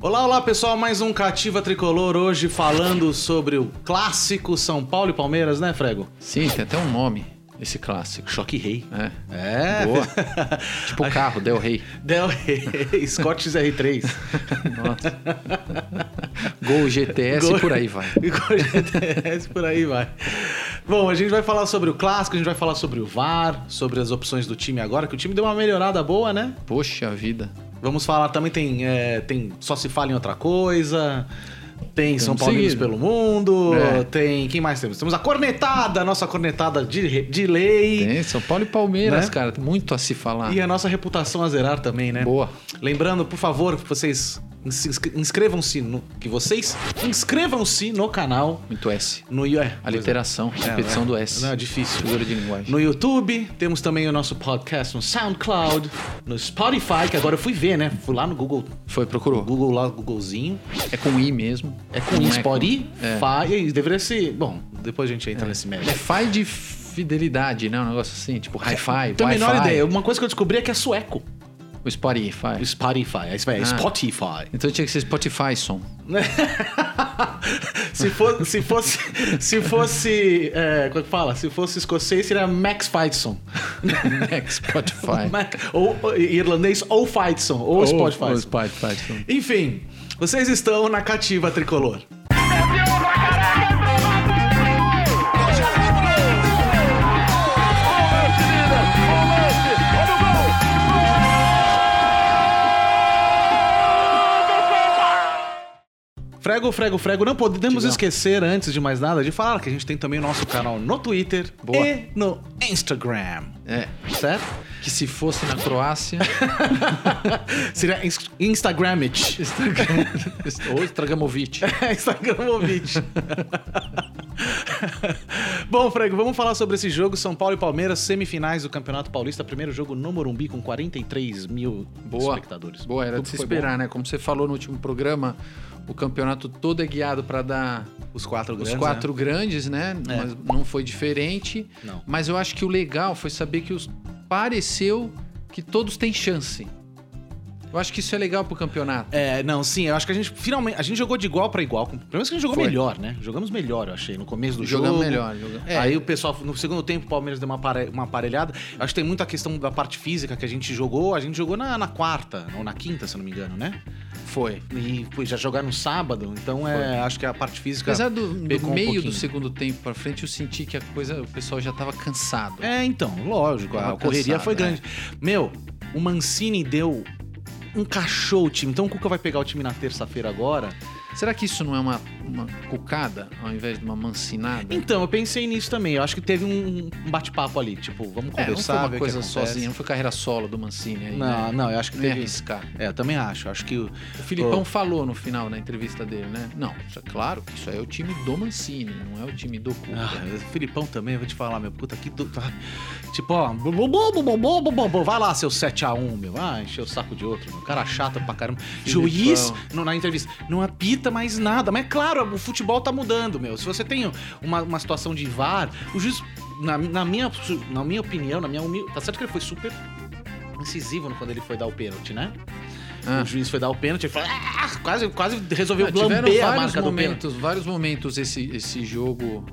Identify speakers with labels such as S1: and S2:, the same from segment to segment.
S1: Olá, olá pessoal, mais um Cativa Tricolor hoje falando sobre o clássico São Paulo e Palmeiras, né, Frego?
S2: Sim, tem até um nome, esse clássico.
S1: Choque Rei.
S2: É.
S1: É.
S2: Boa. Tipo o carro, Del Rey.
S1: Del Rey, Scott XR3.
S2: Nossa. Gol GTS
S1: Gol-
S2: e por aí vai.
S1: Igual GTS, por aí vai. Bom, a gente vai falar sobre o clássico, a gente vai falar sobre o VAR, sobre as opções do time agora, que o time deu uma melhorada boa, né?
S2: Poxa vida.
S1: Vamos falar também, tem, é, tem Só Se Fala em Outra Coisa, tem São Paulinos
S2: seguido.
S1: pelo Mundo,
S2: um É.
S1: tem. Quem mais temos? Temos a cornetada, a nossa cornetada de, re- de lei.
S2: Tem São Paulo e Palmeiras,
S1: Né?
S2: cara. Muito a se falar.
S1: E a nossa reputação a zerar também, né?
S2: Boa.
S1: Lembrando, por favor, que vocês ins- inscre- inscrevam-se no. Que vocês inscrevam-se no canal.
S2: Muito S.
S1: No, é,
S2: A literação, repetição do S.
S1: Não, é difícil.
S2: Figura de linguagem.
S1: No YouTube, temos também o nosso podcast no SoundCloud, no Spotify, que agora eu fui ver, né? Fui lá no Google,
S2: Foi, procurou.
S1: Google lá, Googlezinho.
S2: É com I mesmo.
S1: É com
S2: Não
S1: Spotify.
S2: É.
S1: e Deveria ser. Bom, depois a gente entra nesse
S2: É
S1: mérito.
S2: Fi de fidelidade, né? Um negócio assim, tipo Hi-Fi,
S1: Tenho a menor
S2: Wi-Fi.
S1: ideia. Uma coisa que eu descobri é que é sueco.
S2: O Spotify.
S1: Spotify. é Aí você vai,
S2: Ah.
S1: Spotify.
S2: Então tinha que ser Spotify som.
S1: se, for, se fosse. Se fosse. é, como é que fala? Se fosse escocês, seria Max Fightson.
S2: Spotify.
S1: Mac- ou, ou irlandês, ou Fightson, É. ou,
S2: Ou-
S1: Spotify.
S2: ou Spotify som.
S1: Enfim, vocês estão na cativa tricolor. Frego, frego, frego. Não podemos
S2: Digão.
S1: esquecer, antes de mais nada, de falar que a gente tem também o nosso canal no Twitter
S2: Boa.
S1: e no Instagram.
S2: É.
S1: Certo?
S2: Que se fosse na Croácia.
S1: Seria ins- Instagramit.
S2: Instagram. Ou Stragamovic.
S1: Instagram ouvinte. Bom, Franco, vamos falar sobre esse jogo. São Paulo e Palmeiras, semifinais do Campeonato Paulista. Primeiro jogo no Morumbi com 43 mil
S2: Boa.
S1: espectadores.
S2: Boa, era
S1: Tudo
S2: de se
S1: foi
S2: esperar, né? Como você falou no último programa, o campeonato todo é guiado para dar
S1: bom. Os quatro
S2: os
S1: grandes,
S2: quatro grandes, né?
S1: É.
S2: Mas não foi diferente.
S1: Não.
S2: Mas eu acho que o legal foi saber que os pareceu que todos têm chance. Eu acho que isso é legal pro campeonato.
S1: É, não, sim, eu acho que a gente finalmente. A gente jogou de igual pra igual. com- Pelo menos que a gente jogou
S2: Foi.
S1: melhor, né? Jogamos melhor, eu achei, no começo do
S2: Jogando
S1: jogo.
S2: melhor. Jogando... É,
S1: Aí o pessoal, no segundo tempo, o Palmeiras deu uma, apare- uma aparelhada. Acho que tem muita questão da parte física que a gente jogou. A gente jogou na, na quarta, ou na quinta, se eu não me engano, né?
S2: foi.
S1: E pô, já jogar no sábado, então é, acho que a parte física.
S2: Apesar do, do
S1: Pecou um
S2: meio do
S1: pouquinho.
S2: segundo tempo pra frente, eu senti que a coisa, o pessoal já tava cansado.
S1: É, então, lógico, a
S2: Tava
S1: correria
S2: cansado,
S1: foi
S2: é.
S1: grande. Meu, o Mancini deu. encaixou o time. Então o Cuca vai pegar o time na terça-feira agora.
S2: Será que isso não é uma, uma cucada ao invés de uma mansinada?
S1: Então, eu pensei nisso também. Eu acho que teve um um bate-papo ali. Tipo, vamos
S2: É,
S1: conversar.
S2: não foi
S1: ver o
S2: uma
S1: que
S2: coisa
S1: acontece.
S2: sozinha, não foi carreira solo do Mancini aí,
S1: Não,
S2: né?
S1: não, eu acho que
S2: Não ia
S1: teve.
S2: arriscar.
S1: É, eu também acho. Acho que. o-
S2: O Filipão falou no final da entrevista dele, né? Não, isso é claro que isso aí é o time do Mancini, não é o time do Cuca.
S1: Ah, o Filipão também, eu vou te falar, meu puta, que. do- tá- Tipo, ó. bu- bu- bu- bu- bu- bu- bu- bu- bu- Vai lá, seu 7x1, meu. Ah, encheu o saco de outro, meu. Cara chato pra caramba. Juiz, no- na entrevista, não apita mais nada. Mas é claro, o futebol tá mudando, meu. Se você tem uma, uma situação de VAR, o juiz, na, na minha, su- na minha opinião, na minha humilde. Tá certo que ele foi super incisivo quando ele foi dar o pênalti, né?
S2: Ah.
S1: O juiz foi dar o pênalti, ele falou, "Ah", quase, quase resolveu
S2: Ah,
S1: lamber a
S2: vários
S1: marca do pênalti.
S2: momentos, vários momentos esse, esse jogo.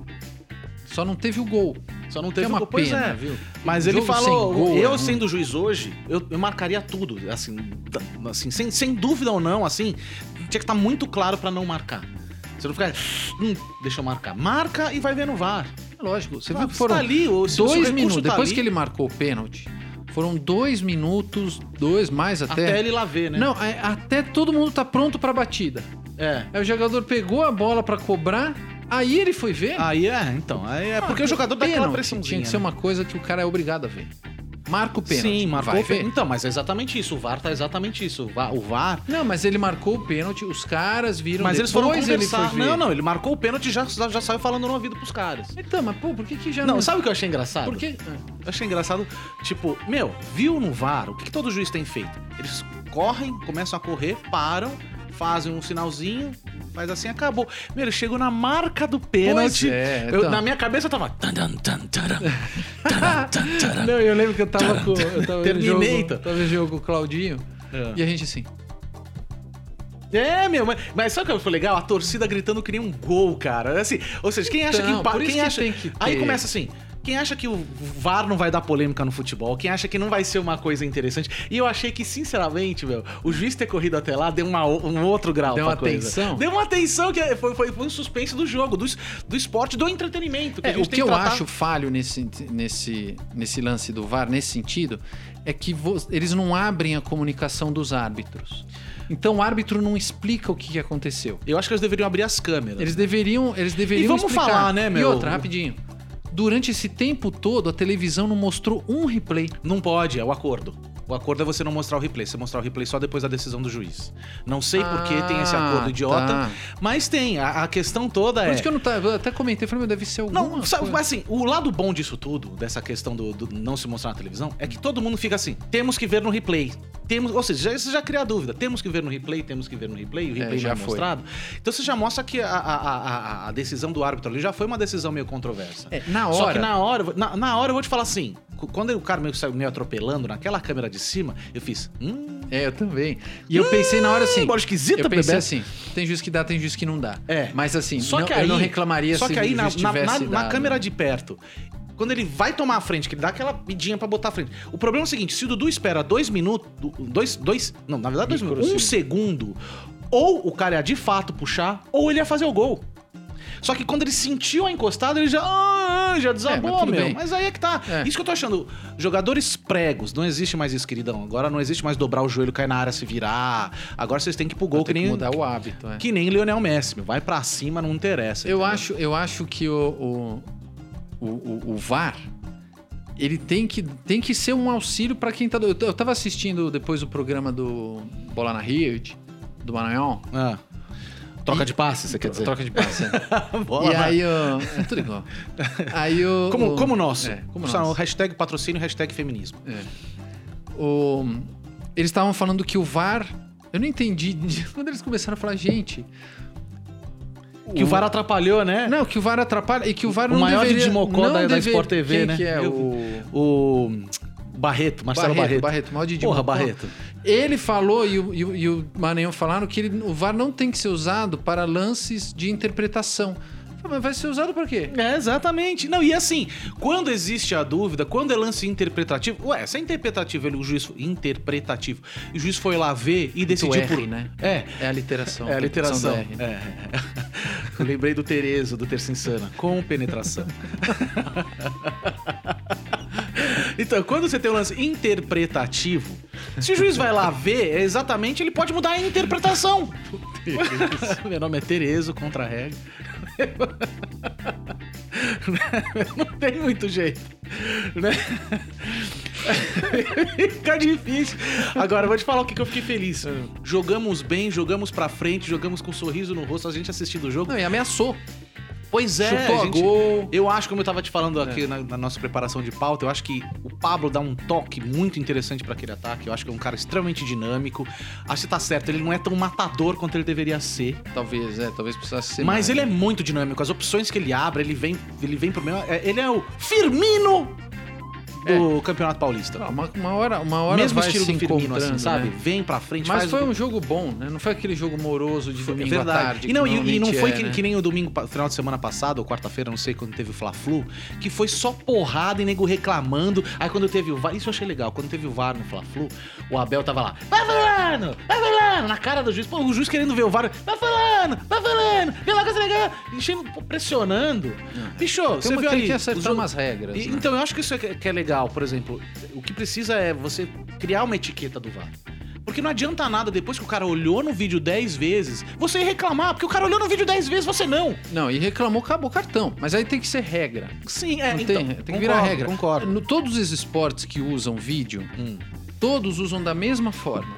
S2: Só não teve o gol.
S1: Só não
S2: que
S1: teve
S2: é uma
S1: gol. Pois
S2: pena,
S1: é.
S2: viu?
S1: Mas ele
S2: Jogo sem
S1: falou,
S2: gol é
S1: eu
S2: ruim.
S1: sendo juiz hoje, eu, eu marcaria tudo, assim, da- assim sem, sem dúvida ou não, assim, tinha que estar muito claro pra não marcar. Você não ficar, hum, deixa eu marcar. Marca e vai ver no VAR.
S2: Lógico, você
S1: Ah,
S2: viu que foram
S1: tá ali, o, se o seu
S2: dois
S1: recurso
S2: minutos.
S1: tá
S2: Depois
S1: ali,
S2: que ele marcou o pênalti, foram dois minutos, dois mais
S1: até...
S2: até.
S1: ele lá ver, né?
S2: Não, é- até todo mundo tá pronto pra batida.
S1: É.
S2: Aí o jogador pegou a bola pra cobrar, aí ele foi ver.
S1: Aí é, então, aí é porque o jogador dá aquela
S2: Ah, Pênalti,
S1: pressãozinha.
S2: Tinha que ser
S1: né?
S2: uma coisa que o cara é obrigado a ver. Marca o pênalti.
S1: Sim, marcou
S2: vai
S1: o pênalti.
S2: ver.
S1: Então, mas é exatamente isso. O VAR tá exatamente isso. O VAR, o VAR
S2: Não, mas ele marcou o pênalti, os caras viram
S1: mas eles
S2: depois
S1: foram
S2: ele
S1: conversar.
S2: foi ver.
S1: não, não, ele marcou o pênalti e já, já já saiu falando no ouvido pros caras.
S2: Então, mas pô, por que que já
S1: Não, sabe o que eu achei engraçado?
S2: Por que...
S1: Eu achei engraçado, tipo, meu, viu no VAR, o que, que todo juiz tem feito? Eles correm, começam a correr, param, fazem um sinalzinho, faz assim, acabou. Meu, ele chegou na marca do pênalti.
S2: Pois é,
S1: Eu-
S2: então.
S1: na minha cabeça eu tava. tan, tan, tan, taran, taran, tan, taran.
S2: Não, eu lembro que eu tava com. Eu tava vendo
S1: Terminator.
S2: É. jogo, tava vendo jogo com o Claudinho.
S1: É.
S2: E a gente assim.
S1: É, meu, mas, mas sabe o que foi legal? A torcida gritando que nem um gol, cara. Assim, ou seja, quem acha
S2: Então,
S1: que. pa-
S2: por isso
S1: Quem
S2: que
S1: acha...
S2: tem que
S1: Aí
S2: ter.
S1: começa assim. Quem acha que o VAR não vai dar polêmica no futebol, quem acha que não vai ser uma coisa interessante. E eu achei que, sinceramente, meu, o juiz ter corrido até lá deu uma o- um outro grau
S2: Deu
S1: pra
S2: uma
S1: coisa.
S2: atenção?
S1: Deu uma atenção que foi, foi, foi um suspense do jogo, do, es- do esporte, do entretenimento. Que a
S2: É,
S1: gente
S2: o
S1: tem
S2: que eu
S1: tratar.
S2: acho falho nesse, nesse, nesse lance do VAR, nesse sentido, é que vo- eles não abrem a comunicação dos árbitros. Então o árbitro não explica o que que aconteceu.
S1: Eu acho que eles deveriam abrir as câmeras.
S2: Eles deveriam, eles deveriam
S1: E vamos
S2: explicar.
S1: falar, né,
S2: E
S1: meu?
S2: outra, rapidinho. Durante esse tempo todo, a televisão não mostrou um replay.
S1: Não pode, é o acordo. O acordo é você não mostrar o replay, você mostrar o replay só depois da decisão do juiz. Não sei por que tem esse
S2: Ah,
S1: acordo idiota,
S2: tá.
S1: mas tem. A, a questão toda
S2: Por
S1: é.
S2: isso que eu não tava, eu até comentei, falei, meu, deve ser alguma
S1: Não, sabe,
S2: coisa.
S1: assim, o lado bom disso tudo, dessa questão do, do não se mostrar na televisão, é que todo mundo fica assim, temos que ver no replay. Temos, ou seja, já, isso já cria a dúvida. Temos que ver no replay, temos que ver no replay, o replay
S2: já
S1: já é
S2: foi.
S1: mostrado. Então você já mostra que a, a- a- a- a decisão do árbitro ali já foi uma decisão meio controversa.
S2: É, na hora.
S1: Só que na hora, eu vou- na, na hora eu vou te falar assim, cu- quando o cara meio que saiu meio atropelando naquela câmera de cima, eu fiz, hum,
S2: É, eu também. E eu pensei na hora assim.
S1: bola esquisita,
S2: eu pensei
S1: bebê.
S2: assim, tem juiz que dá, tem juiz que não dá.
S1: É.
S2: Mas assim, não- eu não reclamaria
S1: só
S2: se
S1: que
S2: o
S1: aí
S2: juiz
S1: na, na,
S2: tivesse
S1: na- na
S2: dado.
S1: câmera de perto, quando ele vai tomar a frente, que ele dá aquela pedinha pra botar a frente. O problema é o seguinte: se o Dudu espera dois minutos, dois, dois, não, na verdade dois minutos, um segundo, ou o cara ia de fato puxar, ou ele ia fazer o gol. Só que quando ele sentiu a encostada, ele já, ah, já desabou,
S2: É, mas tudo
S1: meu.
S2: bem.
S1: Mas aí é que tá.
S2: É.
S1: Isso que eu tô achando. Jogadores pregos, não existe mais isso, queridão. Agora não existe mais dobrar o joelho, cair na área, se virar. Agora vocês têm que ir pro gol,
S2: Tem
S1: que nem,
S2: que mudar o hábito, é.
S1: que nem Lionel Messi, meu. Vai pra cima, não interessa.
S2: Eu
S1: entendeu?
S2: acho, eu acho que o, o, o, o- o VAR ele tem que, tem que ser um auxílio para quem tá do... Eu, t- eu tava assistindo depois o programa do Bola na Rede, do Maranhão.
S1: Ah. Troca de passe, você quer dizer?
S2: Troca de passe. né?
S1: Bola,
S2: e
S1: vai.
S2: aí o... É tudo igual. Aí o...
S1: como,
S2: o-
S1: como o nosso.
S2: É, como
S1: Só
S2: nosso.
S1: Hashtag patrocínio, hashtag feminismo.
S2: O- Eles estavam falando que o VAR... Eu não entendi. Quando eles começaram a falar, gente...
S1: Que o VAR atrapalhou, né?
S2: Não, que o VAR atrapalha e que o VAR
S1: O
S2: não
S1: maior
S2: deveria...
S1: de Mocó
S2: não
S1: da- da
S2: deveria-
S1: Sport TV,
S2: Quem
S1: né?
S2: que é
S1: Eu-
S2: o...
S1: O Barreto, Marcelo Barreto.
S2: Barreto, Barreto, maior de
S1: Porra,
S2: Mocó.
S1: Barreto.
S2: Ele falou e o, e o- e o Maranhão falaram que ele- o VAR não tem que ser usado para lances de interpretação. Eu falei, Mas vai ser usado para quê?
S1: É, exatamente. Não, e assim, quando existe a dúvida, quando é lance interpretativo, ué, se é interpretativo, ele, o juiz interpretativo, o juiz foi lá ver e decidiu
S2: R,
S1: por.
S2: né?
S1: É,
S2: É a literação.
S1: É, a literação.
S2: do R.
S1: É. Eu lembrei do Terezo, do Terça Insana. Com penetração. então, quando você tem um lance interpretativo, se o juiz vai lá ver, é exatamente, ele pode mudar a interpretação. Meu nome é Terezo, contra a regra. Não tem muito jeito, né? Fica difícil. Agora, eu vou te falar o que, que eu fiquei feliz. Jogamos bem, jogamos pra frente, jogamos com um sorriso no rosto, a gente assistindo o jogo.
S2: Não, e ameaçou.
S1: Pois é,
S2: Chutou
S1: a É.
S2: a
S1: gente-
S2: gol.
S1: Eu acho, como eu tava te falando aqui na, na nossa preparação de pauta, eu acho que o Pablo dá um toque muito interessante pra aquele ataque. Eu acho que é um cara extremamente dinâmico. Acho que tá certo, ele não é tão matador quanto ele deveria ser.
S2: Talvez, é, talvez precisasse ser.
S1: Mas ele é muito dinâmico. As opções que ele abre, ele vem, ele vem pro meio. é- Ele é o Firmino do Campeonato Paulista.
S2: Ah, Uma, uma hora, uma hora
S1: Mesmo
S2: vai
S1: estilo
S2: se
S1: do Firmino,
S2: encontrando,
S1: assim, sabe?
S2: né?
S1: Vem pra frente,
S2: Mas
S1: faz
S2: foi
S1: o-
S2: um jogo bom, né? Não foi aquele jogo moroso de
S1: Foi- é
S2: domingo à
S1: verdade.
S2: tarde.
S1: e não,
S2: que
S1: e- e, não
S2: normalmente
S1: foi
S2: é,
S1: que,
S2: né?
S1: que nem o domingo, pa- final de semana passado, ou quarta-feira, não sei quando teve o Fla-Flu, que foi só porrada e nego reclamando. Aí quando teve o VAR, isso eu achei legal, quando teve o VAR no Fla-Flu, o Abel tava lá, vai falando, vai falando, na cara do juiz, pô, o juiz querendo ver o VAR, vai falando, vai falando, pela coisa legal, enchendo, pô, pressionando. Bicho, você
S2: Tem, uma,
S1: viu
S2: tem
S1: ali,
S2: que
S1: os
S2: acertar
S1: jo-
S2: umas regras.
S1: e-
S2: né?
S1: Então, eu acho que isso é, que que é legal, por exemplo. O que precisa é você criar uma etiqueta do VAR. Porque não adianta nada depois que o cara olhou no vídeo 10 vezes, você ir reclamar, porque o cara olhou no vídeo 10 vezes, você não.
S2: Não, e reclamou, acabou o cartão. Mas aí tem que ser regra.
S1: Sim, é,
S2: Não
S1: então.
S2: tem, tem que
S1: concordo,
S2: virar regra.
S1: Concordo.
S2: No, todos os esportes que usam vídeo,
S1: Hum.
S2: todos usam da mesma forma.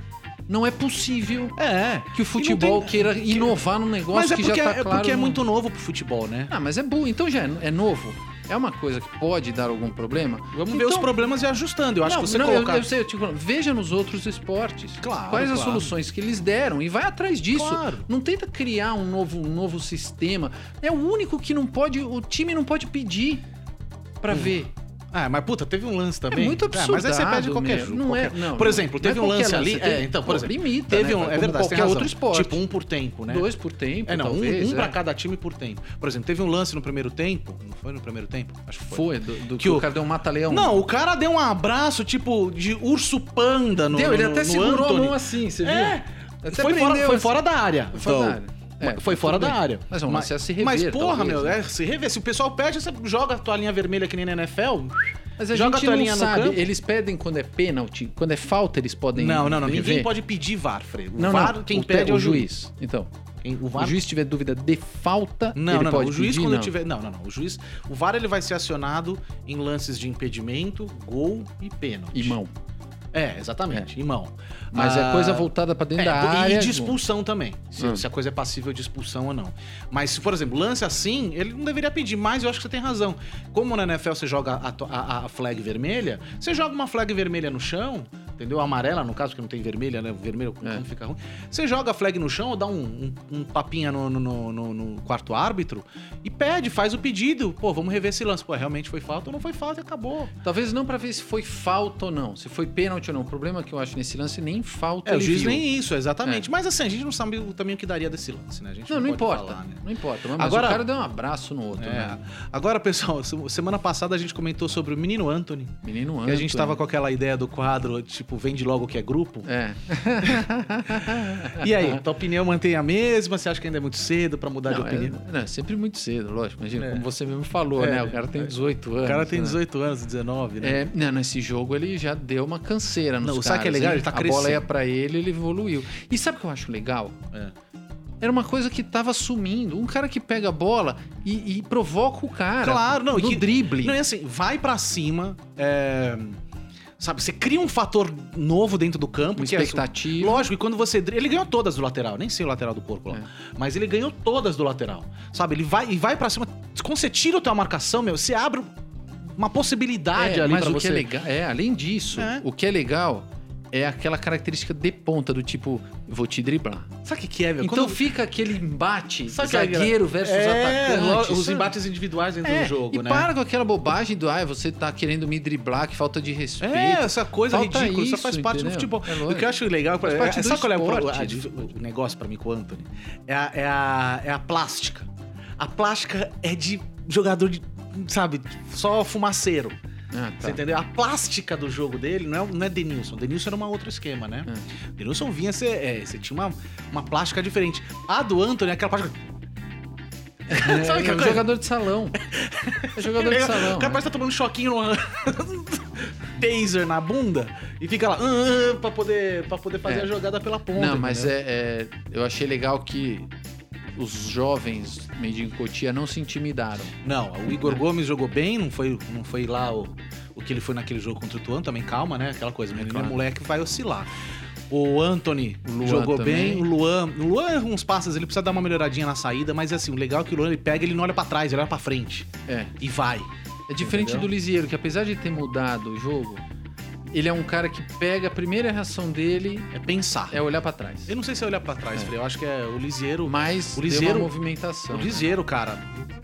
S2: Não é possível
S1: É.
S2: que o
S1: E não
S2: futebol
S1: tem-
S2: queira inovar num negócio
S1: Mas é
S2: que
S1: porque,
S2: já tá
S1: é,
S2: claro.
S1: porque é
S2: no-
S1: muito novo pro futebol, né?
S2: Ah, mas é burro. Então já é, é novo. É uma coisa que pode dar algum problema.
S1: Vamos ver
S2: Então-
S1: os problemas e ajustando. Eu acho
S2: não,
S1: que você
S2: não,
S1: colocar.
S2: eu, eu sei, eu te falo, veja nos outros esportes
S1: Claro,
S2: quais as
S1: claro.
S2: soluções que eles deram e vai atrás disso.
S1: Claro.
S2: Não tenta criar um novo, um novo sistema. É o único que não pode, o time não pode pedir pra ver.
S1: Ah, mas puta, teve um lance
S2: É
S1: também.
S2: muito absurdo.
S1: mas aí você pede qualquer jogo.
S2: Não é,
S1: qualquer-
S2: não,
S1: Por
S2: não.
S1: exemplo,
S2: Não
S1: teve
S2: é
S1: um
S2: qualquer
S1: lance ali.
S2: tem-
S1: é, então, por
S2: pô,
S1: exemplo,
S2: limita,
S1: teve
S2: né,
S1: um, é
S2: cara? Como
S1: verdade, tem
S2: qualquer
S1: razão.
S2: outro esporte.
S1: Tipo um por tempo, né?
S2: Dois por tempo,
S1: É, não,
S2: talvez,
S1: um, um
S2: é.
S1: pra cada time por tempo. Por exemplo, teve um lance no primeiro tempo. Não foi no primeiro tempo? Acho que foi.
S2: Foi, do, do
S1: Que
S2: que o
S1: o-
S2: cara deu um mata-leão.
S1: Não, o cara deu um abraço, tipo, de urso panda no.
S2: deu, ele
S1: no-
S2: até
S1: no
S2: segurou
S1: Anthony.
S2: a mão assim, você viu?
S1: É,
S2: Até
S1: foi, fora,
S2: prendeu
S1: foi
S2: assim.
S1: fora da área.
S2: Foi fora
S1: Então,
S2: da área. É,
S1: foi fora
S2: tudo
S1: da
S2: bem.
S1: área.
S2: Mas é um lance a se rever,
S1: Mas porra,
S2: talvez,
S1: meu,
S2: né?
S1: é se rever. Se o pessoal pede, você joga a toalhinha vermelha que nem na NFL.
S2: Mas a
S1: joga
S2: gente
S1: a
S2: não
S1: toalhinha no
S2: sabe.
S1: campo.
S2: Eles pedem quando é pênalti, quando é falta, eles podem.
S1: Não, não, não. Ninguém
S2: rever.
S1: pode pedir VAR, Fredo. O
S2: Não,
S1: VAR,
S2: não.
S1: quem
S2: o, te-
S1: pede é
S2: o
S1: o juiz.
S2: juiz. Então,
S1: Quem- O
S2: o
S1: VAR.
S2: juiz tiver dúvida de falta,
S1: Não,
S2: ele
S1: não, não.
S2: pode
S1: O juiz,
S2: pedir,
S1: quando
S2: não.
S1: tiver. Não, não, não. O juiz. O VAR ele vai ser acionado em lances de impedimento, gol e pênalti.
S2: E mão.
S1: É, exatamente. E mão.
S2: Mas é
S1: Ah,
S2: coisa voltada pra dentro
S1: É,
S2: da
S1: e
S2: área.
S1: de expulsão também. Se,
S2: Hum.
S1: se a coisa é passível de expulsão ou não. Mas, se, por exemplo, lance assim, ele não deveria pedir, mas eu acho que você tem razão. Como na NFL você joga a, to- a- a flag vermelha, você joga uma flag vermelha no chão, entendeu? Amarela, no caso, porque não tem vermelha, né? Vermelho
S2: É.
S1: como fica ruim. Você joga a flag no chão ou dá um, um- um papinha no, no- no- no- no quarto árbitro e pede, faz o pedido. Pô, vamos rever esse lance. Pô, realmente foi falta ou não foi falta e acabou.
S2: Talvez não pra ver se foi falta ou não, se foi pênalti ou não. O problema é que eu acho nesse lance nem falta.
S1: É, o
S2: ele
S1: juiz
S2: viu.
S1: nem isso, exatamente. Mas assim, a gente não sabe o- também o que daria desse lance, né? A gente
S2: Não, não
S1: pode
S2: importa.
S1: falar, né?
S2: Não importa. Mas
S1: Agora-
S2: o cara deu um abraço no outro,
S1: É.
S2: né?
S1: Agora, pessoal, se- semana passada a gente comentou sobre o menino Anthony.
S2: Menino
S1: Que
S2: antes.
S1: a gente tava com aquela ideia do quadro, tipo, vende logo que é grupo.
S2: É.
S1: E aí, tua opinião mantém a mesma? Você acha que ainda é muito cedo pra mudar
S2: Não,
S1: de
S2: é,
S1: opinião?
S2: não, é sempre muito cedo, lógico. Imagina,
S1: É.
S2: como você mesmo falou,
S1: É.
S2: né? O cara tem 18 anos.
S1: O cara tem
S2: né?
S1: 18 anos, 19, né?
S2: É, não, nesse jogo ele já deu uma canseira nos
S1: Não,
S2: caras.
S1: sabe o que é legal?
S2: hein?
S1: Ele tá
S2: A bola ia
S1: crescendo.
S2: pra ele, ele evoluiu. E sabe o que eu acho legal?
S1: É.
S2: Era uma coisa que tava sumindo. Um cara que pega a bola e, e provoca o cara.
S1: Claro, não, e
S2: No
S1: que-
S2: drible.
S1: Não, é assim, vai pra cima, é, sabe, você cria um fator novo dentro do campo.
S2: uma
S1: que é-
S2: expectativa.
S1: Lógico, e quando você. dri- Ele ganhou todas do lateral, nem sei o lateral do corpo lá.
S2: É.
S1: Mas ele ganhou todas do lateral. Sabe? Ele vai e vai para cima. Quando você tira a tua marcação, meu, você abre uma possibilidade
S2: É,
S1: ali
S2: mas
S1: pra
S2: o
S1: você.
S2: que é legal, é, além disso,
S1: É.
S2: o que é legal é aquela característica de ponta do tipo, vou te driblar.
S1: Sabe o que, que é, meu?
S2: Então
S1: Quando-
S2: fica aquele embate
S1: Sabe que é
S2: zagueiro versus
S1: é,
S2: atacante.
S1: lo- os
S2: isso é-
S1: embates individuais dentro
S2: É,
S1: do jogo,
S2: e
S1: né?
S2: para com aquela bobagem do, ai, você tá querendo me driblar, que falta de respeito.
S1: É, essa coisa
S2: Falta
S1: ridícula, isso,
S2: isso,
S1: faz parte
S2: entendeu?
S1: do futebol.
S2: É lógico.
S1: o que eu acho legal,
S2: Faz
S1: é,
S2: parte
S1: é,
S2: do
S1: sabe qual é o, pro-
S2: esporte,
S1: a
S2: do
S1: dif-
S2: futebol.
S1: o negócio pra mim com o Anthony? É a, é a, é a plástica. A plástica é de jogador de, sabe, só fumaceiro.
S2: Ah,
S1: Você
S2: tá.
S1: entendeu? A plástica do jogo dele não é, não é Denilson. Denilson era um outro esquema, né? Denilson vinha, você é, você tinha uma, uma plástica diferente. A do Anthony é aquela plástica.
S2: É,
S1: tá Sabe que
S2: é um
S1: coisa?
S2: jogador de salão. É jogador de salão.
S1: o cara
S2: né?
S1: parece que tá tomando choquinho no. taser na bunda e fica lá "Ah, ah", pra poder, pra poder fazer
S2: É.
S1: a jogada pela ponta.
S2: Não, mas
S1: entendeu?
S2: é, é- eu achei legal que os jovens Medinho Cotia não se intimidaram.
S1: Não, o
S2: É.
S1: Igor Gomes jogou bem, não foi, não foi lá o, o que ele foi naquele jogo contra o Tuan, também calma, né? Aquela coisa, o menino é
S2: claro.
S1: moleque vai oscilar. O Anthony
S2: O Luan
S1: jogou
S2: também.
S1: bem, o Luan, o Luan erra uns passes, ele precisa dar uma melhoradinha na saída, mas assim, o legal é que o Luan ele pega, ele não olha pra trás, ele olha pra frente
S2: É.
S1: e vai.
S2: É diferente
S1: Entendeu?
S2: do Lisieiro, que apesar de ter mudado o jogo, ele é um cara que pega a primeira reação dele
S1: É pensar.
S2: é olhar pra trás.
S1: Eu não sei se é olhar pra trás,
S2: É.
S1: Frei, eu acho que é o Lisieiro,
S2: Mas
S1: O
S2: deu
S1: Lisieiro-
S2: uma movimentação.
S1: O
S2: né?
S1: Liseiro, cara,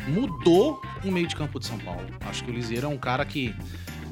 S1: mudou o meio de campo de São Paulo. Acho que o Liseiro é um cara que.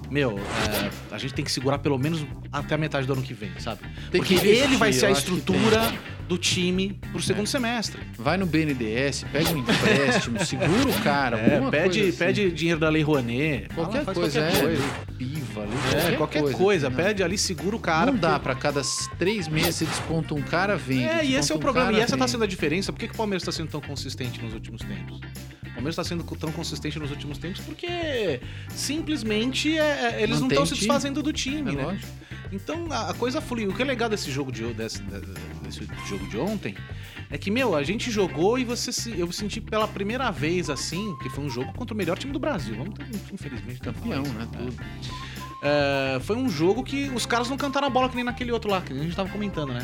S1: Meu, é, a gente tem que segurar pelo menos até a metade do ano que vem, sabe?
S2: Tem
S1: Porque
S2: que
S1: ele
S2: investir,
S1: vai ser a
S2: eu acho que
S1: estrutura do time pro segundo semestre.
S2: Vai no BNDES, pega um empréstimo, segura o cara.
S1: É,
S2: alguma
S1: pede,
S2: coisa assim.
S1: pede dinheiro da Lei Rouanet. fala,
S2: qualquer
S1: faz
S2: coisa,
S1: qualquer
S2: é.
S1: coisa.
S2: Piva, ali,
S1: É, qualquer, coisa.
S2: né?
S1: Pede ali, segura o cara.
S2: não
S1: porque-
S2: dá, pra cada três meses você desponta um cara, vende.
S1: É, e esse
S2: desponta
S1: é o
S2: um
S1: problema.
S2: cara,
S1: e essa tá
S2: vende.
S1: sendo a diferença. Por que, que o Palmeiras tá sendo tão consistente nos últimos tempos? O Palmeiras tá sendo co- tão consistente nos últimos tempos porque simplesmente é- é- eles não
S2: Mantém
S1: estão
S2: o
S1: se
S2: time.
S1: desfazendo do time,
S2: É
S1: né?
S2: lógico.
S1: Então a, a coisa fluiu. O que é legal desse jogo de, o- desse, da- desse jogo de ontem é que, meu, a gente jogou e você se- eu senti pela primeira vez assim, que foi um jogo contra o melhor time do Brasil. Vamos ter, um infelizmente, falar
S2: Campeão,
S1: isso,
S2: né? Tudo.
S1: é, foi um jogo que os caras não cantaram a bola que nem naquele outro lá, que a gente tava comentando, né?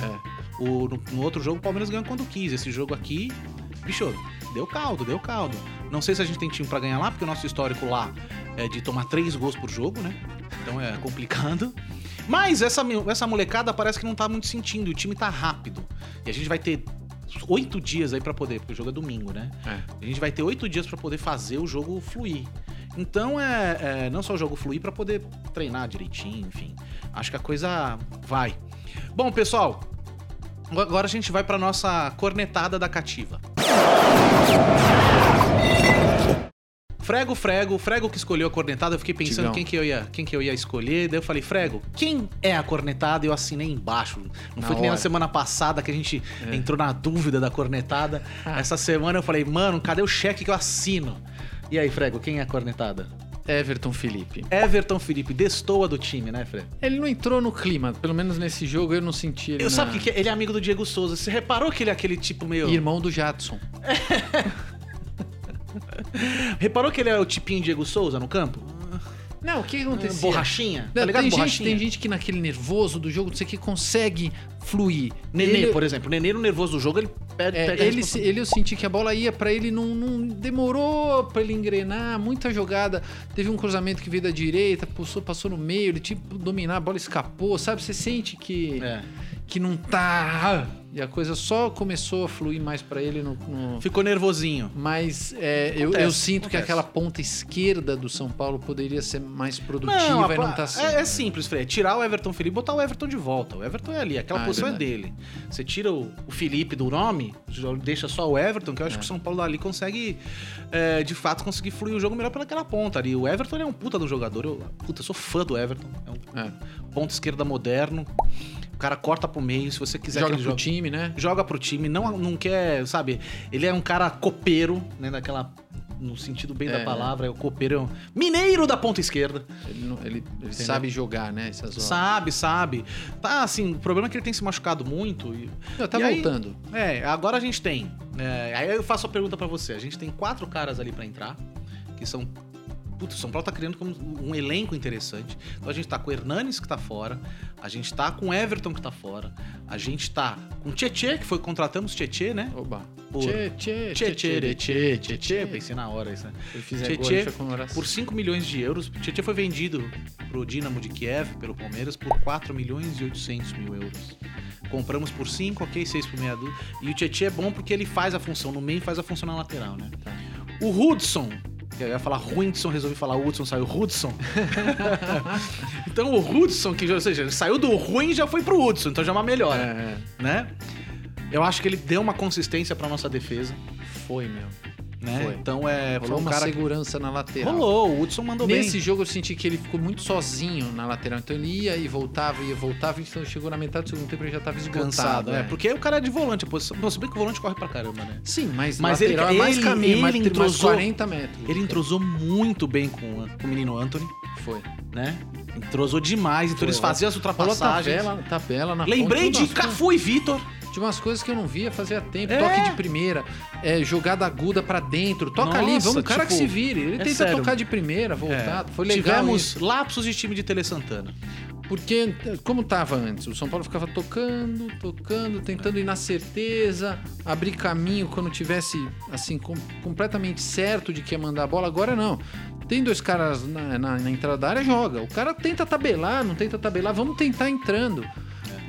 S1: O, no, no outro jogo, o Palmeiras ganhou quando quis. Esse jogo aqui, bicho, deu caldo, deu caldo. Não sei se a gente tem time pra ganhar lá, porque o nosso histórico lá é de tomar três gols por jogo, né? Então é complicado. Mas essa, mi- essa molecada parece que não tá muito sentindo, e o time tá rápido. E a gente vai ter oito dias aí pra poder, porque o jogo é domingo, né?
S2: É.
S1: A gente vai ter oito dias pra poder fazer o jogo fluir. Então é, é, não só o jogo fluir pra poder treinar direitinho, enfim. Acho que a coisa vai. Bom, pessoal, agora a gente vai pra nossa cornetada da cativa. Frego, Frego, Frego que escolheu a cornetada, eu fiquei pensando
S2: Digão.
S1: quem que, eu ia, quem que eu ia escolher, daí eu falei, Frego, quem é a cornetada? Eu assinei embaixo. Não
S2: Na
S1: foi que nem na
S2: hora.
S1: semana passada que a gente
S2: É.
S1: entrou na dúvida da cornetada.
S2: Ah.
S1: Essa semana eu falei, mano, cadê o cheque que eu assino? E aí, Frego, quem é a cornetada?
S2: É. Everton Felipe.
S1: Everton Felipe, destoa do time, né, Frego?
S2: Ele não entrou no clima, pelo menos nesse jogo eu não senti ele.
S1: Eu
S2: na-
S1: sabe o que que é? ele é amigo do Diego Souza. Você reparou que ele é aquele tipo meio.
S2: Irmão do Jadson.
S1: Reparou que ele é o tipinho Diego Souza no campo?
S2: Não, o que aconteceu?
S1: Borrachinha? Tá
S2: Não,
S1: ligado?
S2: tem, gente,
S1: Borrachinha.
S2: tem gente que naquele nervoso do jogo, não sei o que, consegue fluir.
S1: Nenê,
S2: ele,
S1: por exemplo. Nenê no nervoso do jogo, ele pega.
S2: é,
S1: pega a
S2: ele,
S1: responsa-
S2: se- ele eu senti que a bola ia pra ele, não, não- demorou pra ele engrenar, muita jogada. Teve um cruzamento que veio da direita, passou, passou no meio, ele tipo dominar, a bola escapou, sabe? Você sente que,
S1: É.
S2: que não tá. E a coisa só começou a fluir mais pra ele no- no,
S1: Ficou nervosinho.
S2: Mas é, eu,
S1: Acontece,
S2: eu sinto que
S1: acontece.
S2: aquela ponta esquerda do São Paulo poderia ser mais produtiva
S1: Não,
S2: e
S1: a-
S2: não tá sendo.
S1: é, é simples, Fred. Tirar o Everton Felipe e botar o Everton de volta. O Everton é ali, aquela
S2: Ah, é
S1: posição é
S2: verdade.
S1: dele. Você tira o, o Felipe do nome, já deixa só o Everton, que eu acho
S2: É.
S1: que o São Paulo ali consegue, é, de fato, conseguir fluir o jogo melhor pelaquela ponta ali. O Everton ele é um puta do jogador. Eu, puta, eu sou fã do Everton. É um
S2: É.
S1: ponto esquerda moderno. O cara corta pro meio, se você quiser
S2: Joga
S1: que ele
S2: pro
S1: jogue-
S2: time, né?
S1: joga pro time, não, não quer, sabe? Ele é um cara copeiro, né? Daquela. No sentido bem da
S2: É.
S1: palavra, é o copeiro, é um mineiro da ponta esquerda.
S2: Ele, não- ele- ele sabe jogar, né? Essas horas.
S1: Sabe, sabe. Tá, assim, o problema é que ele tem se machucado muito. E,
S2: Não, tá
S1: E aí-
S2: voltando.
S1: é, agora a gente tem. é, aí eu faço a pergunta pra você. A gente tem quatro caras ali pra entrar, que são. Putz, o São Paulo tá criando como um elenco interessante. Então a gente tá com o Hernanes que tá fora, a gente tá com o Everton que tá fora, a gente tá com o Tietê, que foi contratamos o Tietê, né?
S2: Oba.
S1: Por-
S2: Tchê, tchê,
S1: Tchê, tchê, tchê,
S2: tchê,
S1: Tchê, tchê, pensei na hora isso, né?
S2: Eu fiz
S1: Tchê,
S2: agora,
S1: tchê,
S2: deixa eu comemorar.
S1: Por 5 milhões de euros, Tietchan foi vendido pro Dinamo de Kiev, pelo Palmeiras, por 4 milhões e 800 mil euros. Compramos por 5, ok, 6 por meia dúzia. E o Tietchan é bom porque ele faz a função no meio e faz a função na lateral, né?
S2: Tá.
S1: O Hudson, que eu ia falar Hudson, resolvi falar Hudson, saiu Hudson. então o Hudson, que já, ou seja, ele saiu do ruim e já foi pro Hudson, então já é uma melhora,
S2: É,
S1: né? Eu acho que ele deu uma consistência pra nossa defesa,
S2: é. Foi, meu.
S1: né?
S2: Foi.
S1: Então é, foi
S2: Rolou
S1: um
S2: uma
S1: cara que
S2: segurança na lateral.
S1: rolou, o Hudson mandou bem.
S2: Nesse jogo eu senti que ele ficou muito sozinho na lateral. Então ele ia e voltava, ia e voltava. Então chegou na metade do segundo tempo ele já tava esgotado.
S1: cansado, é.
S2: né?
S1: Porque aí o cara é de volante, a posição. Não, se bem que o volante corre pra caramba, né?
S2: Sim, mas,
S1: Mas
S2: lateral
S1: ele-
S2: é mais
S1: ele-
S2: caminho, mais,
S1: ele
S2: mais
S1: entrosou-
S2: 40 metros.
S1: Ele entrosou muito bem com, o An- com o menino Anthony,
S2: Foi.
S1: né? Entrosou demais, então
S2: Foi,
S1: eles
S2: ó.
S1: faziam as
S2: Rolou
S1: ultrapassagens.
S2: tabela, tabela na
S1: Lembrei
S2: ponta,
S1: de
S2: umas coisas-
S1: Cafu e Vitor.
S2: De umas coisas que eu não via fazia tempo.
S1: É.
S2: Toque de primeira, é, jogada aguda pra dentro. Toca
S1: Nossa,
S2: ali, vamos, o cara que
S1: tipo,
S2: se vire. Ele
S1: é
S2: tenta
S1: sério.
S2: tocar de primeira, voltado. Foi legal
S1: É. Tivemos
S2: isso.
S1: lapsos de time de Tele Santana.
S2: Porque, como tava antes, o São Paulo ficava tocando, tocando, tentando ir na certeza, abrir caminho quando tivesse, assim, com- completamente certo de que ia mandar a bola. Agora não. Tem dois caras na, na- na entrada da área, joga. O cara tenta tabelar, não tenta tabelar, vamos tentar entrando.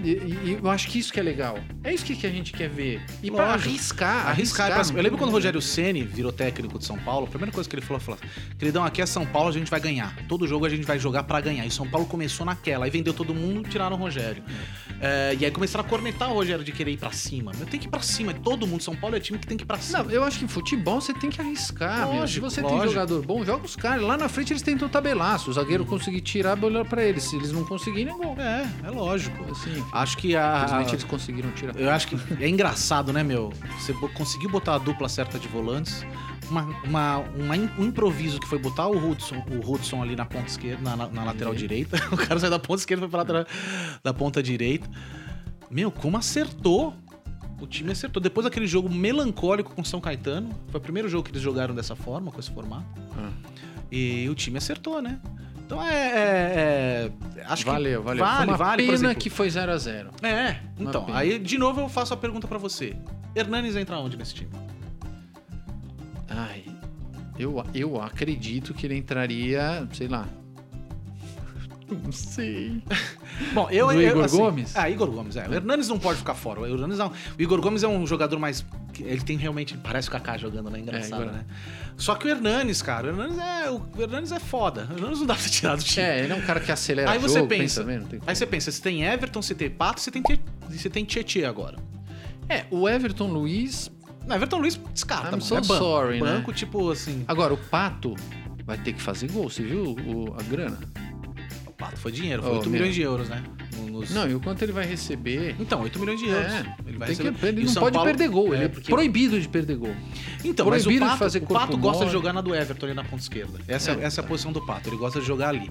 S2: E, e- e eu acho que isso que é legal. É isso que, que a gente quer ver. E pra
S1: Lógico.
S2: arriscar,
S1: Arriscar. é
S2: arriscar. né?
S1: pra-
S2: não
S1: Eu lembro
S2: tem-
S1: quando o Rogério Ceni virou técnico de São Paulo, a primeira coisa que ele falou, falou: queridão, aqui é São Paulo, a gente vai ganhar. Todo jogo a gente vai jogar pra ganhar. E São Paulo começou naquela, aí vendeu todo mundo, tiraram o Rogério. É, e aí começaram a cornetar o Rogério de querer ir pra cima. Meu, tem que ir pra cima, todo mundo. São Paulo é time que tem que ir pra cima.
S2: Não, eu acho que em futebol você tem que arriscar, meu. Se
S1: Lógico,
S2: você
S1: lógico.
S2: tem jogador bom, joga os caras. Lá na frente eles tentam tabelar. Se o zagueiro conseguir tirar, olhar pra eles. Se eles não conseguirem, é gol.
S1: É, é lógico.
S2: Assim,
S1: Acho que a.
S2: infelizmente eles conseguiram tirar.
S1: Ah. Eu acho que é engraçado, né, meu? Você bo- conseguiu botar a dupla certa de volantes. Uma, uma- uma im- um improviso que foi botar o Hudson, o Hudson ali na ponta esquerda, na, na- na lateral direita. O cara saiu da ponta esquerda e foi pra lateral da ponta direita. Meu, como acertou! O time acertou. Depois daquele jogo melancólico com São Caetano, foi o primeiro jogo que eles jogaram dessa forma, com esse formato.
S2: Ah,
S1: E o time acertou, né? Então é. é- é- acho que
S2: valeu, valeu.
S1: vale,
S2: Foi uma
S1: vale, por
S2: pena
S1: exemplo.
S2: que foi 0x0.
S1: é, então,
S2: pena.
S1: aí de novo eu faço a pergunta pra você. Hernanes entra onde nesse time?
S2: Ai, eu, eu acredito que ele entraria, sei lá, Não sei.
S1: Bom, eu...
S2: Do
S1: eu-
S2: Igor
S1: assim,
S2: Gomes?
S1: Ah, Igor Gomes, é. O Hernanes não pode ficar fora. O, Hernanes não. o Igor Gomes é um jogador mais... Ele tem realmente... Parece o Kaká jogando,
S2: É,
S1: né? Engraçado,
S2: Igor-
S1: né? Só que o Hernanes, cara... O Hernanes é, o Hernanes é foda. O Hernanes não dá pra tirar do time.
S2: É, ele é um cara que acelera
S1: Aí você
S2: jogo,
S1: pensa.
S2: também, não tem como.
S1: Aí você pensa, você tem Everton, você tem Pato, você tem, Te- você tem Tietchan agora.
S2: É, o Everton Luiz...
S1: Não, Everton Luiz descarta,
S2: I'm
S1: mano.
S2: so
S1: é banco.
S2: sorry, né?
S1: banco, tipo assim...
S2: Agora, o Pato vai ter que fazer gol, você viu o- a grana?
S1: O Pato foi dinheiro, foi
S2: Oh,
S1: 8
S2: meu.
S1: milhões de euros, né? No- nos-
S2: Não, e o quanto ele vai receber...
S1: Então, 8 milhões de euros.
S2: É,
S1: ele
S2: tem que-
S1: receber.
S2: ele
S1: E o
S2: não
S1: São
S2: pode
S1: Paulo-
S2: perder gol, ele é
S1: porque-
S2: proibido de perder gol.
S1: Então, mas o
S2: Proibiram de
S1: Pato,
S2: fazer
S1: o
S2: corpo
S1: Pato gosta de
S2: mole.
S1: jogar na do Everton ali na ponta esquerda. Essa é,
S2: É.
S1: essa é a posição do Pato, ele gosta de jogar ali.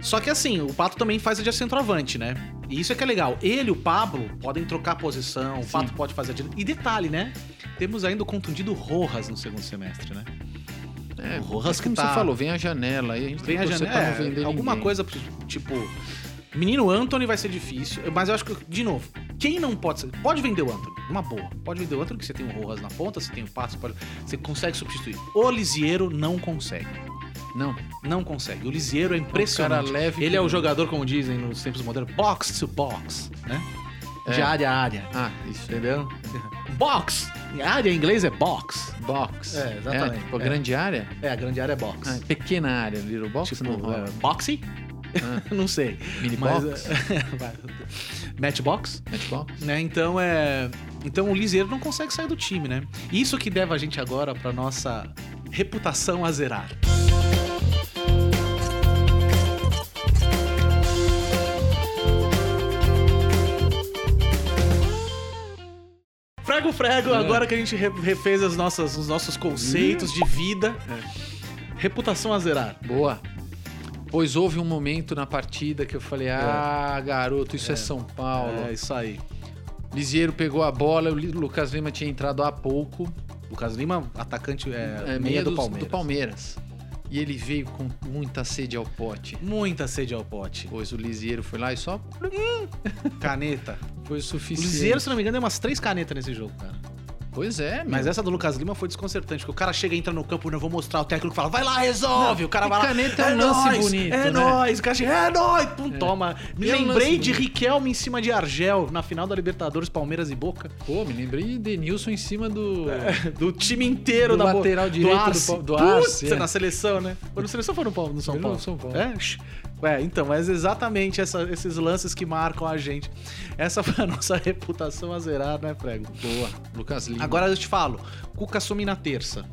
S1: Só que assim, o Pato também faz a de centroavante, né? E isso é que é legal. Ele e o Pablo podem trocar posição, o
S2: Sim.
S1: Pato pode fazer a direita. E detalhe, né? Temos ainda o contundido Rojas no segundo semestre, né?
S2: É,
S1: O Rojas
S2: mas como
S1: que tá-
S2: você falou, vem a janela aí, a gente
S1: Vem
S2: tem
S1: a
S2: que torcer
S1: janela.
S2: pra tá não
S1: é,
S2: vender
S1: alguma
S2: ninguém.
S1: coisa, tipo. Menino Anthony vai ser difícil, mas eu acho que, de novo, quem não pode ser. Pode vender o Anthony, uma boa. Pode vender o Anthony, que você tem o Rojas na ponta, você tem o Pato, você, pode- você consegue substituir. O Lisieiro não consegue.
S2: Não,
S1: Não consegue. O Lisieiro é
S2: impressionante.
S1: impressionante.
S2: leve.
S1: Ele é o jogador, como dizem nos tempos modernos, box to box, né?
S2: É.
S1: De área a área.
S2: Ah, isso.
S1: Entendeu? Box! Área em inglês é box.
S2: Box.
S1: É, exatamente.
S2: É, tipo, a
S1: É.
S2: grande área?
S1: É, a grande área é box.
S2: Ah, pequena área, little box?
S1: tipo,
S2: não,
S1: é, boxe?
S2: Ah.
S1: não sei.
S2: mini
S1: Mas,
S2: box?
S1: é, vai. Matchbox?
S2: Matchbox?
S1: Né? Então é. Então o Liseiro não consegue sair do time, né? Isso que deve a gente agora pra nossa reputação a zerar. Frego, frego,
S2: É.
S1: agora que a gente re- refez as nossas, os nossos conceitos de vida. É. Reputação a zerar.
S2: Boa. Pois houve um momento na partida que eu falei: ah, garoto, isso é, São Paulo.
S1: É isso aí.
S2: Lisieiro pegou a bola, o Lucas Lima tinha entrado há pouco.
S1: Lucas Lima, atacante é,
S2: é,
S1: meia, do, Palmeiras.
S2: do Palmeiras. E ele veio com muita sede ao pote.
S1: Muita sede ao pote.
S2: Pois o Lisieiro foi lá e só
S1: Caneta.
S2: foi o
S1: O
S2: suficiente.
S1: Liseiro, se não me engano, tem umas três canetas nesse jogo, cara.
S2: Pois é, meu.
S1: Mas essa do Lucas Lima foi desconcertante, porque o cara chega, entra no campo, não vou mostrar, o técnico fala, vai lá, resolve. o cara
S2: e
S1: vai lá.
S2: caneta é um lance bonito,
S1: É
S2: né?"
S1: nóis, o cara chega, é nóis, pum, toma. Me
S2: E é um
S1: lembrei
S2: lance
S1: de
S2: bonito.
S1: Riquelme em cima de Argel, na final da Libertadores, Palmeiras e Boca.
S2: Pô, me lembrei de Denilson em cima do.
S1: Do time inteiro
S2: Do
S1: da Bo-
S2: lateral direito do
S1: Arce.
S2: Pal- do
S1: Putz,
S2: Arce, é.
S1: na seleção, né? Foi na seleção ou foi no, Pal- no São
S2: Foi no
S1: Paulo?
S2: São Paulo.
S1: É? Shh. Ué, então, mas exatamente essa- esses lances que marcam a gente. Essa foi a nossa reputação a zerar, né, Prego?
S2: Boa. Lucas Lima.
S1: Agora eu te falo, Cuca assume na terça.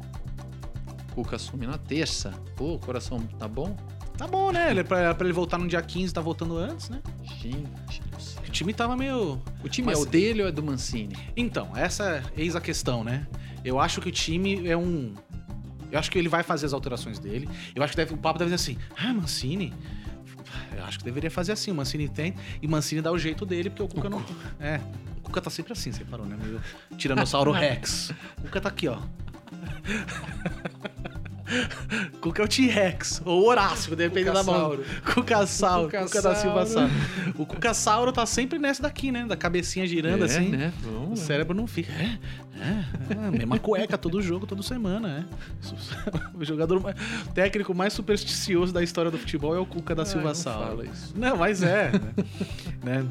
S2: Cuca assume na terça. Pô, o coração tá bom?
S1: Tá bom, né? Ele, pra, pra ele voltar no dia 15, tá voltando antes, né?
S2: Gente do céu.
S1: O time tava meio.
S2: O time
S1: Mas-
S2: é o dele ou é do Mancini?
S1: Então, essa eis a questão, né? Eu acho que o time é um. Eu acho que ele vai fazer as alterações dele. Eu acho que deve- o papo deve ser assim: ah, Mancini. Eu acho que deveria fazer assim. O Mancini tem. E Mancini dá o jeito dele, porque o Cuca não. É. O Cuca tá sempre assim, você parou, né? Meio Tiranossauro
S2: é.
S1: Rex. O Cuca tá aqui, ó. Cuca é o T-Rex. Ou o Horácio, depende da mão.
S2: Cucassauro.
S1: Cuca Sauro.
S2: Cuca
S1: Cuca da Silva Sauro.
S2: Sauro.
S1: O Cuca Sauro tá sempre nessa daqui, né? Da cabecinha girando
S2: é,
S1: assim.
S2: né?
S1: O
S2: Vamos lá.
S1: cérebro não fica. É, é, é, mesma cueca todo jogo, toda semana, é. O jogador mais- técnico mais supersticioso da história do futebol é o Cuca da
S2: Ah,
S1: Silva
S2: não
S1: Sala.
S2: fala isso.
S1: Não, mas é. né? Né?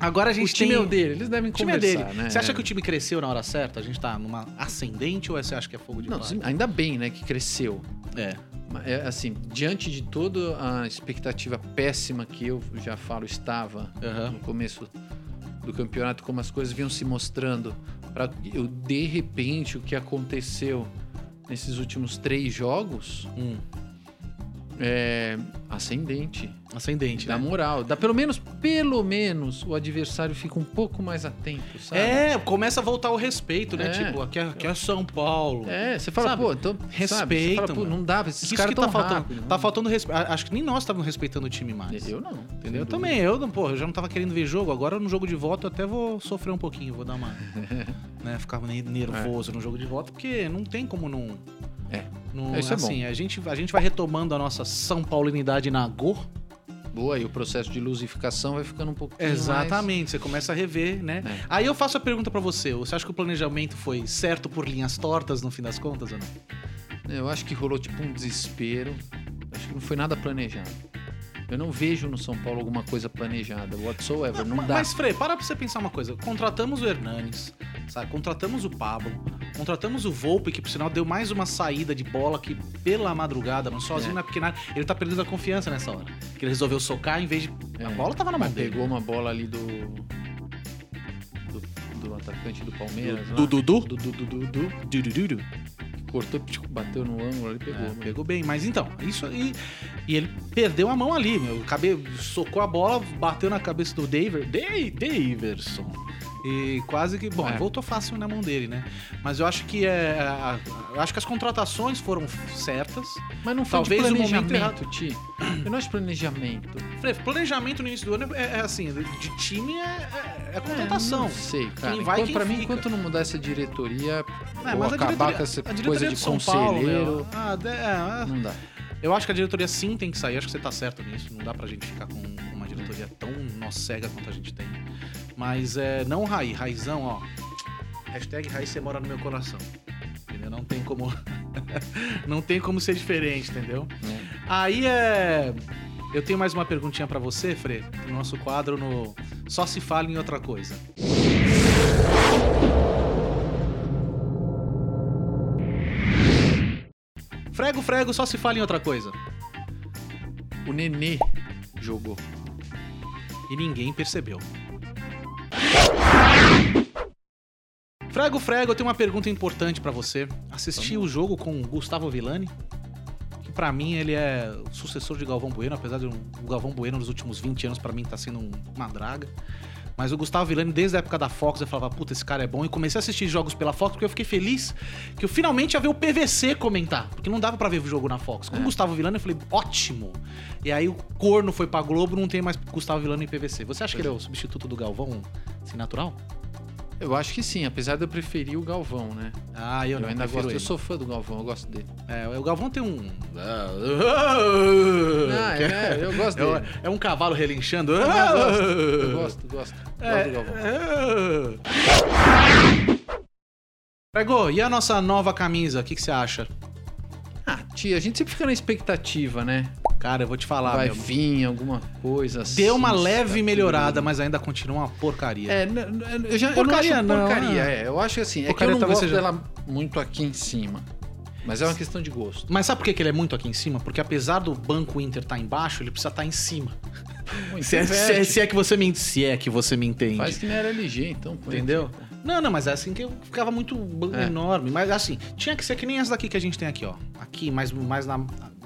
S1: Agora a
S2: O
S1: gente
S2: time
S1: tem.
S2: é o dele, eles devem
S1: O time é
S2: conversar,
S1: dele.
S2: né?
S1: Você acha que o time cresceu na hora certa? A gente tá numa ascendente ou você acha que é fogo de
S2: Não,
S1: palha?
S2: ainda bem, né, que cresceu.
S1: É.
S2: Mas, é, assim, diante de toda a expectativa péssima que eu já falo estava
S1: Aham.
S2: no começo do campeonato, como as coisas vinham se mostrando, pra eu de repente o que aconteceu nesses últimos três jogos
S1: Hum,
S2: é ascendente.
S1: ascendente,
S2: Dá
S1: né?
S2: moral, dá pelo menos, pelo menos o adversário fica um pouco mais atento, sabe?
S1: É, começa a voltar o respeito, né?
S2: É.
S1: Tipo, aqui é, aqui é São Paulo.
S2: É, você fala,
S1: Sabe?
S2: pô, então. sabe? Você
S1: Respeita,
S2: fala, pô,
S1: mano.
S2: não dá, esses
S1: Isso
S2: caras
S1: que
S2: tão
S1: tá faltando.
S2: rápido, não
S1: tá faltando respeito. Acho que nem nós estávamos respeitando o time mais.
S2: Eu não.
S1: Entendeu? Eu também, eu, não- porra, eu já não tava querendo ver jogo, agora no jogo de volta eu até vou sofrer um pouquinho, vou dar uma. né, ficar ne- nervoso no jogo de volta, porque não tem como não.
S2: É.
S1: Não,
S2: Isso é bom.
S1: assim, a gente, a gente vai retomando a nossa São Paulinidade na Go.
S2: Boa, e o processo de luzificação vai ficando um pouco.
S1: Exatamente, você começa a rever, né?
S2: É.
S1: Aí eu faço a pergunta pra você: você acha que o planejamento foi certo por linhas tortas no fim das contas ou não?
S2: Eu acho que rolou tipo um desespero. Acho que não foi nada planejado. Eu não vejo no São Paulo alguma coisa planejada, whatsoever. Não,
S1: Ma-
S2: dá.
S1: Mas, Frei, para pra você pensar uma coisa. Contratamos o Hernanes, sabe? Contratamos o Pablo, contratamos o Volpe, que por sinal deu mais uma saída de bola que pela madrugada, mano, sozinho
S2: É.
S1: na pequena área. Ele tá perdendo a confiança nessa hora. Que ele resolveu socar em vez de. A
S2: É.
S1: bola tava na mão
S2: Mas
S1: dele.
S2: pegou uma bola ali do. do, do atacante do Palmeiras.
S1: Do
S2: lá.
S1: Dudu?
S2: Do Dudu. Dudu.
S1: Dudududu.
S2: Cortou, tchic, bateu no ângulo ali, pegou.
S1: É,
S2: né?
S1: pegou bem, mas então, isso aí. E ele perdeu a mão ali, meu. Cabe, socou a bola, bateu na cabeça do Daver. Dei, Daverson. E quase que. Bom,
S2: É.
S1: voltou fácil na mão dele, né? Mas eu acho que é. a- a- eu acho que as contratações foram f- certas.
S2: Mas não foi
S1: Talvez
S2: de
S1: o momento
S2: planejamento,
S1: errado.
S2: Ti. Eu não acho planejamento.
S1: Falei, Planejamento no início do ano é, é assim, de time é, é- é
S2: É,
S1: contratação.
S2: não sei, cara.
S1: Quem vai,
S2: Enquanto-
S1: quem
S2: pra mim,
S1: fica.
S2: enquanto não mudar essa diretoria,
S1: É,
S2: ou
S1: mas a
S2: acabar
S1: diretoria-
S2: com essa
S1: a diretoria
S2: coisa
S1: do
S2: de
S1: São Paulo,
S2: conselheiro,
S1: meu, ah, de- é, é,
S2: não dá.
S1: Eu acho que a diretoria sim tem que sair, acho que você tá certo nisso. Não dá pra gente ficar com uma diretoria tão nó cega quanto a gente tem. Mas é, não Raí, Raizão, ó. Hashtag Raí, você mora no meu coração. Entendeu? Não tem como. não tem como ser diferente, entendeu?
S2: né?
S1: Aí é. Eu tenho mais uma perguntinha pra você, Fre, no nosso quadro no Só se fala em outra coisa. Frego, frego, só se fala em outra coisa.
S2: O Nenê jogou.
S1: E ninguém percebeu. Frego, frego, eu tenho uma pergunta importante pra você. Assisti o jogo com o Gustavo Villani, que pra mim ele é o sucessor de Galvão Bueno, apesar de um- o Galvão Bueno nos últimos 20 anos pra mim tá sendo um- uma draga. Mas o Gustavo Villani, desde a época da Fox, eu falava, puta, esse cara é bom. E comecei a assistir jogos pela Fox porque eu fiquei feliz que eu finalmente ia ver o PVC comentar. Porque não dava pra ver o jogo na Fox. Com o Gustavo Villani, eu falei, ótimo. E aí o corno foi pra Globo, não tem mais Gustavo Villani em PVC. Você acha que ele é o substituto do Galvão, assim, natural?
S2: Eu acho que sim, apesar de eu preferir o Galvão, né?
S1: Ah, eu,
S2: Eu,
S1: não,
S2: ainda
S1: prefiro
S2: gosto, eu
S1: ele.
S2: sou fã do Galvão, eu gosto dele.
S1: É, o Galvão tem um...
S2: Ah,
S1: Que é-
S2: é, eu gosto
S1: é,
S2: dele.
S1: um- é um cavalo relinchando. Ah!
S2: Eu gosto, Eu gosto, gosto.
S1: É,
S2: Gosto do Galvão.
S1: Pegou, é. e a nossa nova camisa? O que, que você acha?
S2: Ah,
S1: é.
S2: tia, a gente sempre fica na expectativa, né?
S1: Cara, eu vou te falar,
S2: Vai
S1: meu.
S2: vir alguma coisa assim.
S1: Deu uma
S2: tá
S1: leve
S2: tudo.
S1: melhorada, mas ainda continua uma porcaria.
S2: É, n- n- eu já
S1: Porcaria
S2: eu não
S1: não,
S2: acho porcaria,
S1: né?
S2: é. Eu acho que assim, é que eu
S1: Porcaria
S2: não
S1: talvez
S2: gosto
S1: seja-
S2: dela muito aqui em cima. Mas é uma questão de gosto.
S1: Mas sabe por que que ele é muito aqui em cima? Porque apesar do banco Inter estar embaixo, ele precisa estar em cima.
S2: Pô,
S1: Se é,
S2: então
S1: se é-
S2: veste.
S1: se é que você me, se é que você me entende.
S2: Faz que nem era LG, então. põe
S1: Entendeu?
S2: aqui, pô.
S1: né? Não, não, mas é assim que eu ficava muito banco
S2: É.
S1: enorme. Mas assim, tinha que ser que nem essa daqui que a gente tem aqui, ó. Aqui, mais, mais na,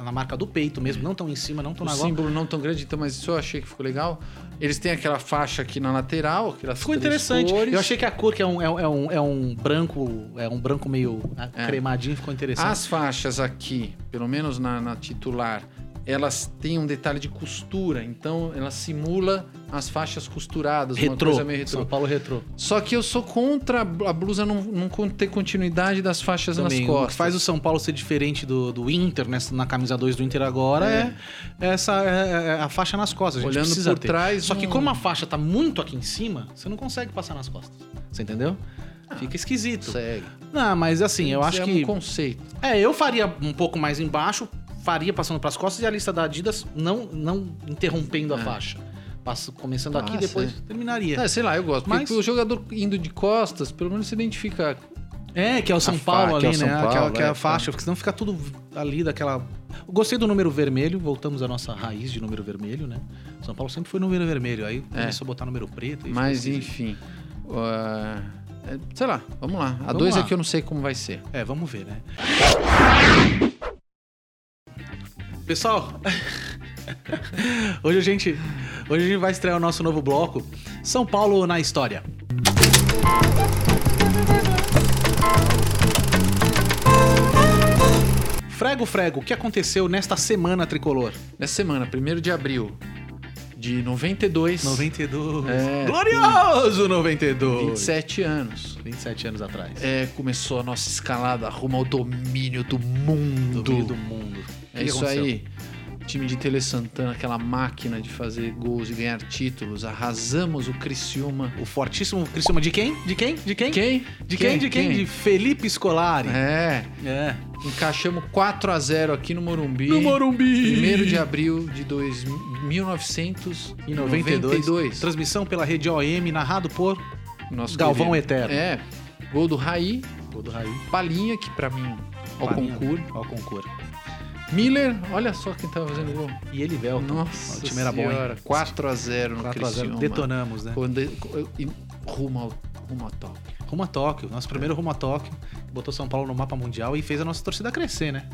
S1: na marca do peito mesmo. Não tão em cima, não tão
S2: O
S1: na gola.
S2: símbolo não tão grande, então, mas isso eu achei que ficou legal. Eles têm aquela faixa aqui na lateral, aquelas
S1: Ficou
S2: três
S1: interessante.
S2: cores.
S1: Eu achei que a cor, que é um, é, um- é um, é um branco, é um branco meio ah,
S2: É.
S1: cremadinho, ficou interessante.
S2: As faixas aqui, pelo menos na, na titular, elas têm um detalhe de costura, então ela simula as faixas costuradas, uma
S1: Ah, retrô.
S2: coisa meio
S1: São
S2: retrô.
S1: Paulo retrô.
S2: Só que eu sou contra a blusa não, não con- ter continuidade das faixas
S1: Também,
S2: nas
S1: o que
S2: costas.
S1: faz o São Paulo ser diferente do, do Inter, nessa, na camisa 2 do Inter agora, é, essa é- é a faixa nas costas. A gente
S2: Olhando
S1: precisa
S2: por
S1: ter.
S2: trás.
S1: Só que
S2: um-
S1: como a faixa tá muito aqui em cima, você não consegue passar nas costas. Você entendeu?
S2: Ah,
S1: Fica esquisito.
S2: Segue.
S1: Não, mas assim, eu acho
S2: é
S1: que.
S2: um conceito.
S1: É, eu faria um pouco mais embaixo, faria passando pras costas e a lista da Adidas não, não interrompendo a
S2: É.
S1: faixa. Passo, começando aqui
S2: Ah,
S1: depois terminaria.
S2: É, sei lá, eu gosto.
S1: Mas-
S2: Porque o jogador indo de costas, pelo menos se identifica.
S1: É, que é o São
S2: A
S1: Paulo
S2: fa-
S1: ali,
S2: que é o
S1: né?
S2: São Paulo,
S1: Aquela- aquela
S2: é,
S1: faixa, porque senão fica tudo ali daquela. Gostei do número vermelho, voltamos à nossa raiz de número vermelho, né? São Paulo sempre foi número vermelho, aí começou a botar número preto. e
S2: É. Mas
S1: ficou esquisito.
S2: enfim. Ah, é, sei lá, vamos lá. A
S1: Vamos
S2: 2
S1: lá.
S2: aqui eu não sei como vai ser.
S1: É, vamos ver, né? Pessoal, hoje a gente, hoje a gente vai estrear o nosso novo bloco, São Paulo na história. Frego, frego, o que aconteceu nesta semana tricolor?
S2: Nessa semana, 1 de abril de 92,
S1: 92.
S2: É,
S1: Glorioso 92.
S2: 27 anos,
S1: 27 anos atrás.
S2: é, começou a nossa escalada rumo ao domínio do
S1: Do
S2: mundo.
S1: domínio do mundo. O que
S2: É isso
S1: aconteceu?
S2: aí. time de Tele Santana, aquela máquina de fazer gols e ganhar títulos. Arrasamos o Criciúma.
S1: O fortíssimo Criciúma de quem? De quem? De quem?
S2: Quem?
S1: De quem? De quem? De Felipe Scolari.
S2: É,
S1: É.
S2: encaixamos 4 a 0 aqui no Morumbi.
S1: No Morumbi.
S2: 1 de abril de dois, 1992.
S1: 92. Transmissão pela rede OM, narrado por
S2: Nosso
S1: Galvão
S2: querido.
S1: Eterno.
S2: É, gol do Raí,
S1: Todo Raí.
S2: Palinha, que pra mim, ao
S1: Palinha.
S2: concurso.
S1: Ó o concurso.
S2: Miller, olha só quem tava fazendo gol.
S1: E ele Velton.
S2: Nossa
S1: É O time era bom, hein?
S2: senhora, 4 a um, 0 no
S1: 4 a 0.
S2: Criciúma.
S1: Detonamos, né?
S2: Quando- e- Rumo ao, rumo ao top.
S1: Rumo a Tóquio. Nosso primeiro rumo a Tóquio. Botou São Paulo no mapa mundial e fez a nossa torcida crescer, né?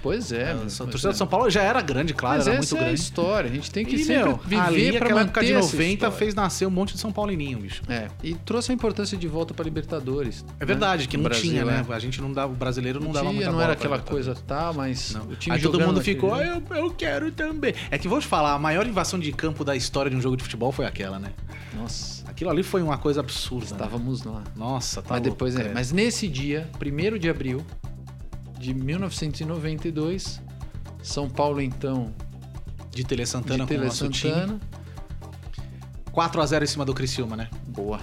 S2: Pois é.
S1: a
S2: mano,
S1: nossa
S2: pois
S1: torcida
S2: é.
S1: de São Paulo já era grande, claro,
S2: Mas
S1: era muito
S2: essa é a
S1: grande.
S2: história. A gente tem que
S1: E,
S2: sempre
S1: meu, ali,
S2: viver pra
S1: aquela
S2: manter
S1: época de
S2: essa
S1: 90
S2: história.
S1: fez nascer um monte de São Paulininho, bicho.
S2: É, e trouxe a importância de volta pra Libertadores.
S1: É verdade, que
S2: No
S1: não
S2: Brasil,
S1: tinha, né?
S2: é.
S1: A gente não dava, o brasileiro não,
S2: Não,
S1: dava
S2: tinha,
S1: muita
S2: não
S1: bola
S2: era
S1: pra
S2: aquela
S1: Libertadores.
S2: coisa, tá, mas
S1: Não.
S2: o time
S1: Aí todo
S2: jogando né?
S1: mundo
S2: naquele
S1: ficou, "Ah,
S2: jeito.
S1: eu, eu quero também. É que vou te falar, a maior invasão de campo da história de um jogo de futebol foi aquela, né?
S2: Nossa,
S1: Aquilo ali foi uma coisa absurda. né?
S2: estávamos lá.
S1: Nossa, tá
S2: mas
S1: louco,
S2: depois, é.
S1: cara.
S2: Mas nesse dia, 1 de abril de 1992, São Paulo, então,
S1: De Tele Santana
S2: de
S1: com o
S2: Tele
S1: nosso time.
S2: Santana.
S1: 4x0 em cima do Criciúma, né?
S2: Boa.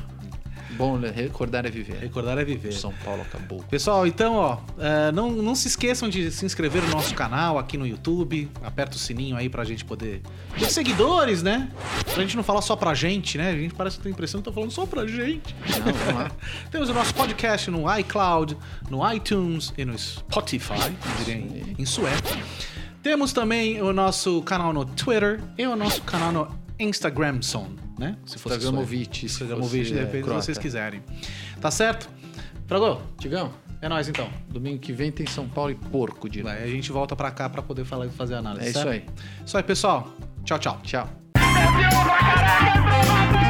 S2: Bom, le- recordar é viver.
S1: Recordar é viver.
S2: São Paulo acabou.
S1: Pessoal, então, ó, é, não, não se esqueçam de se inscrever no nosso canal aqui no YouTube. Aperta o sininho aí pra gente poder. ter seguidores, né? Pra gente não falar só pra gente, né? A gente parece que tem a impressão que tá falando só pra gente.
S2: Não, vamos lá.
S1: Temos o nosso podcast no iCloud, no iTunes e no Spotify, direi em, em sueco. Temos também o nosso canal no Twitter e o nosso canal no Instagramson, né? Se fosse sueco.
S2: Instagramovic. se
S1: Instagramovic,
S2: fosse, é,
S1: depende do
S2: croata.
S1: que vocês quiserem. Tá certo? Fragô,
S2: Tigão,
S1: é nóis então.
S2: domingo que vem tem São Paulo e porco de
S1: Vai, a gente volta pra cá pra poder falar e fazer a análise.
S2: É isso
S1: certo?
S2: aí.
S1: Isso aí, pessoal. Tchau, tchau.
S2: Tchau.
S3: Brasil pra caraca!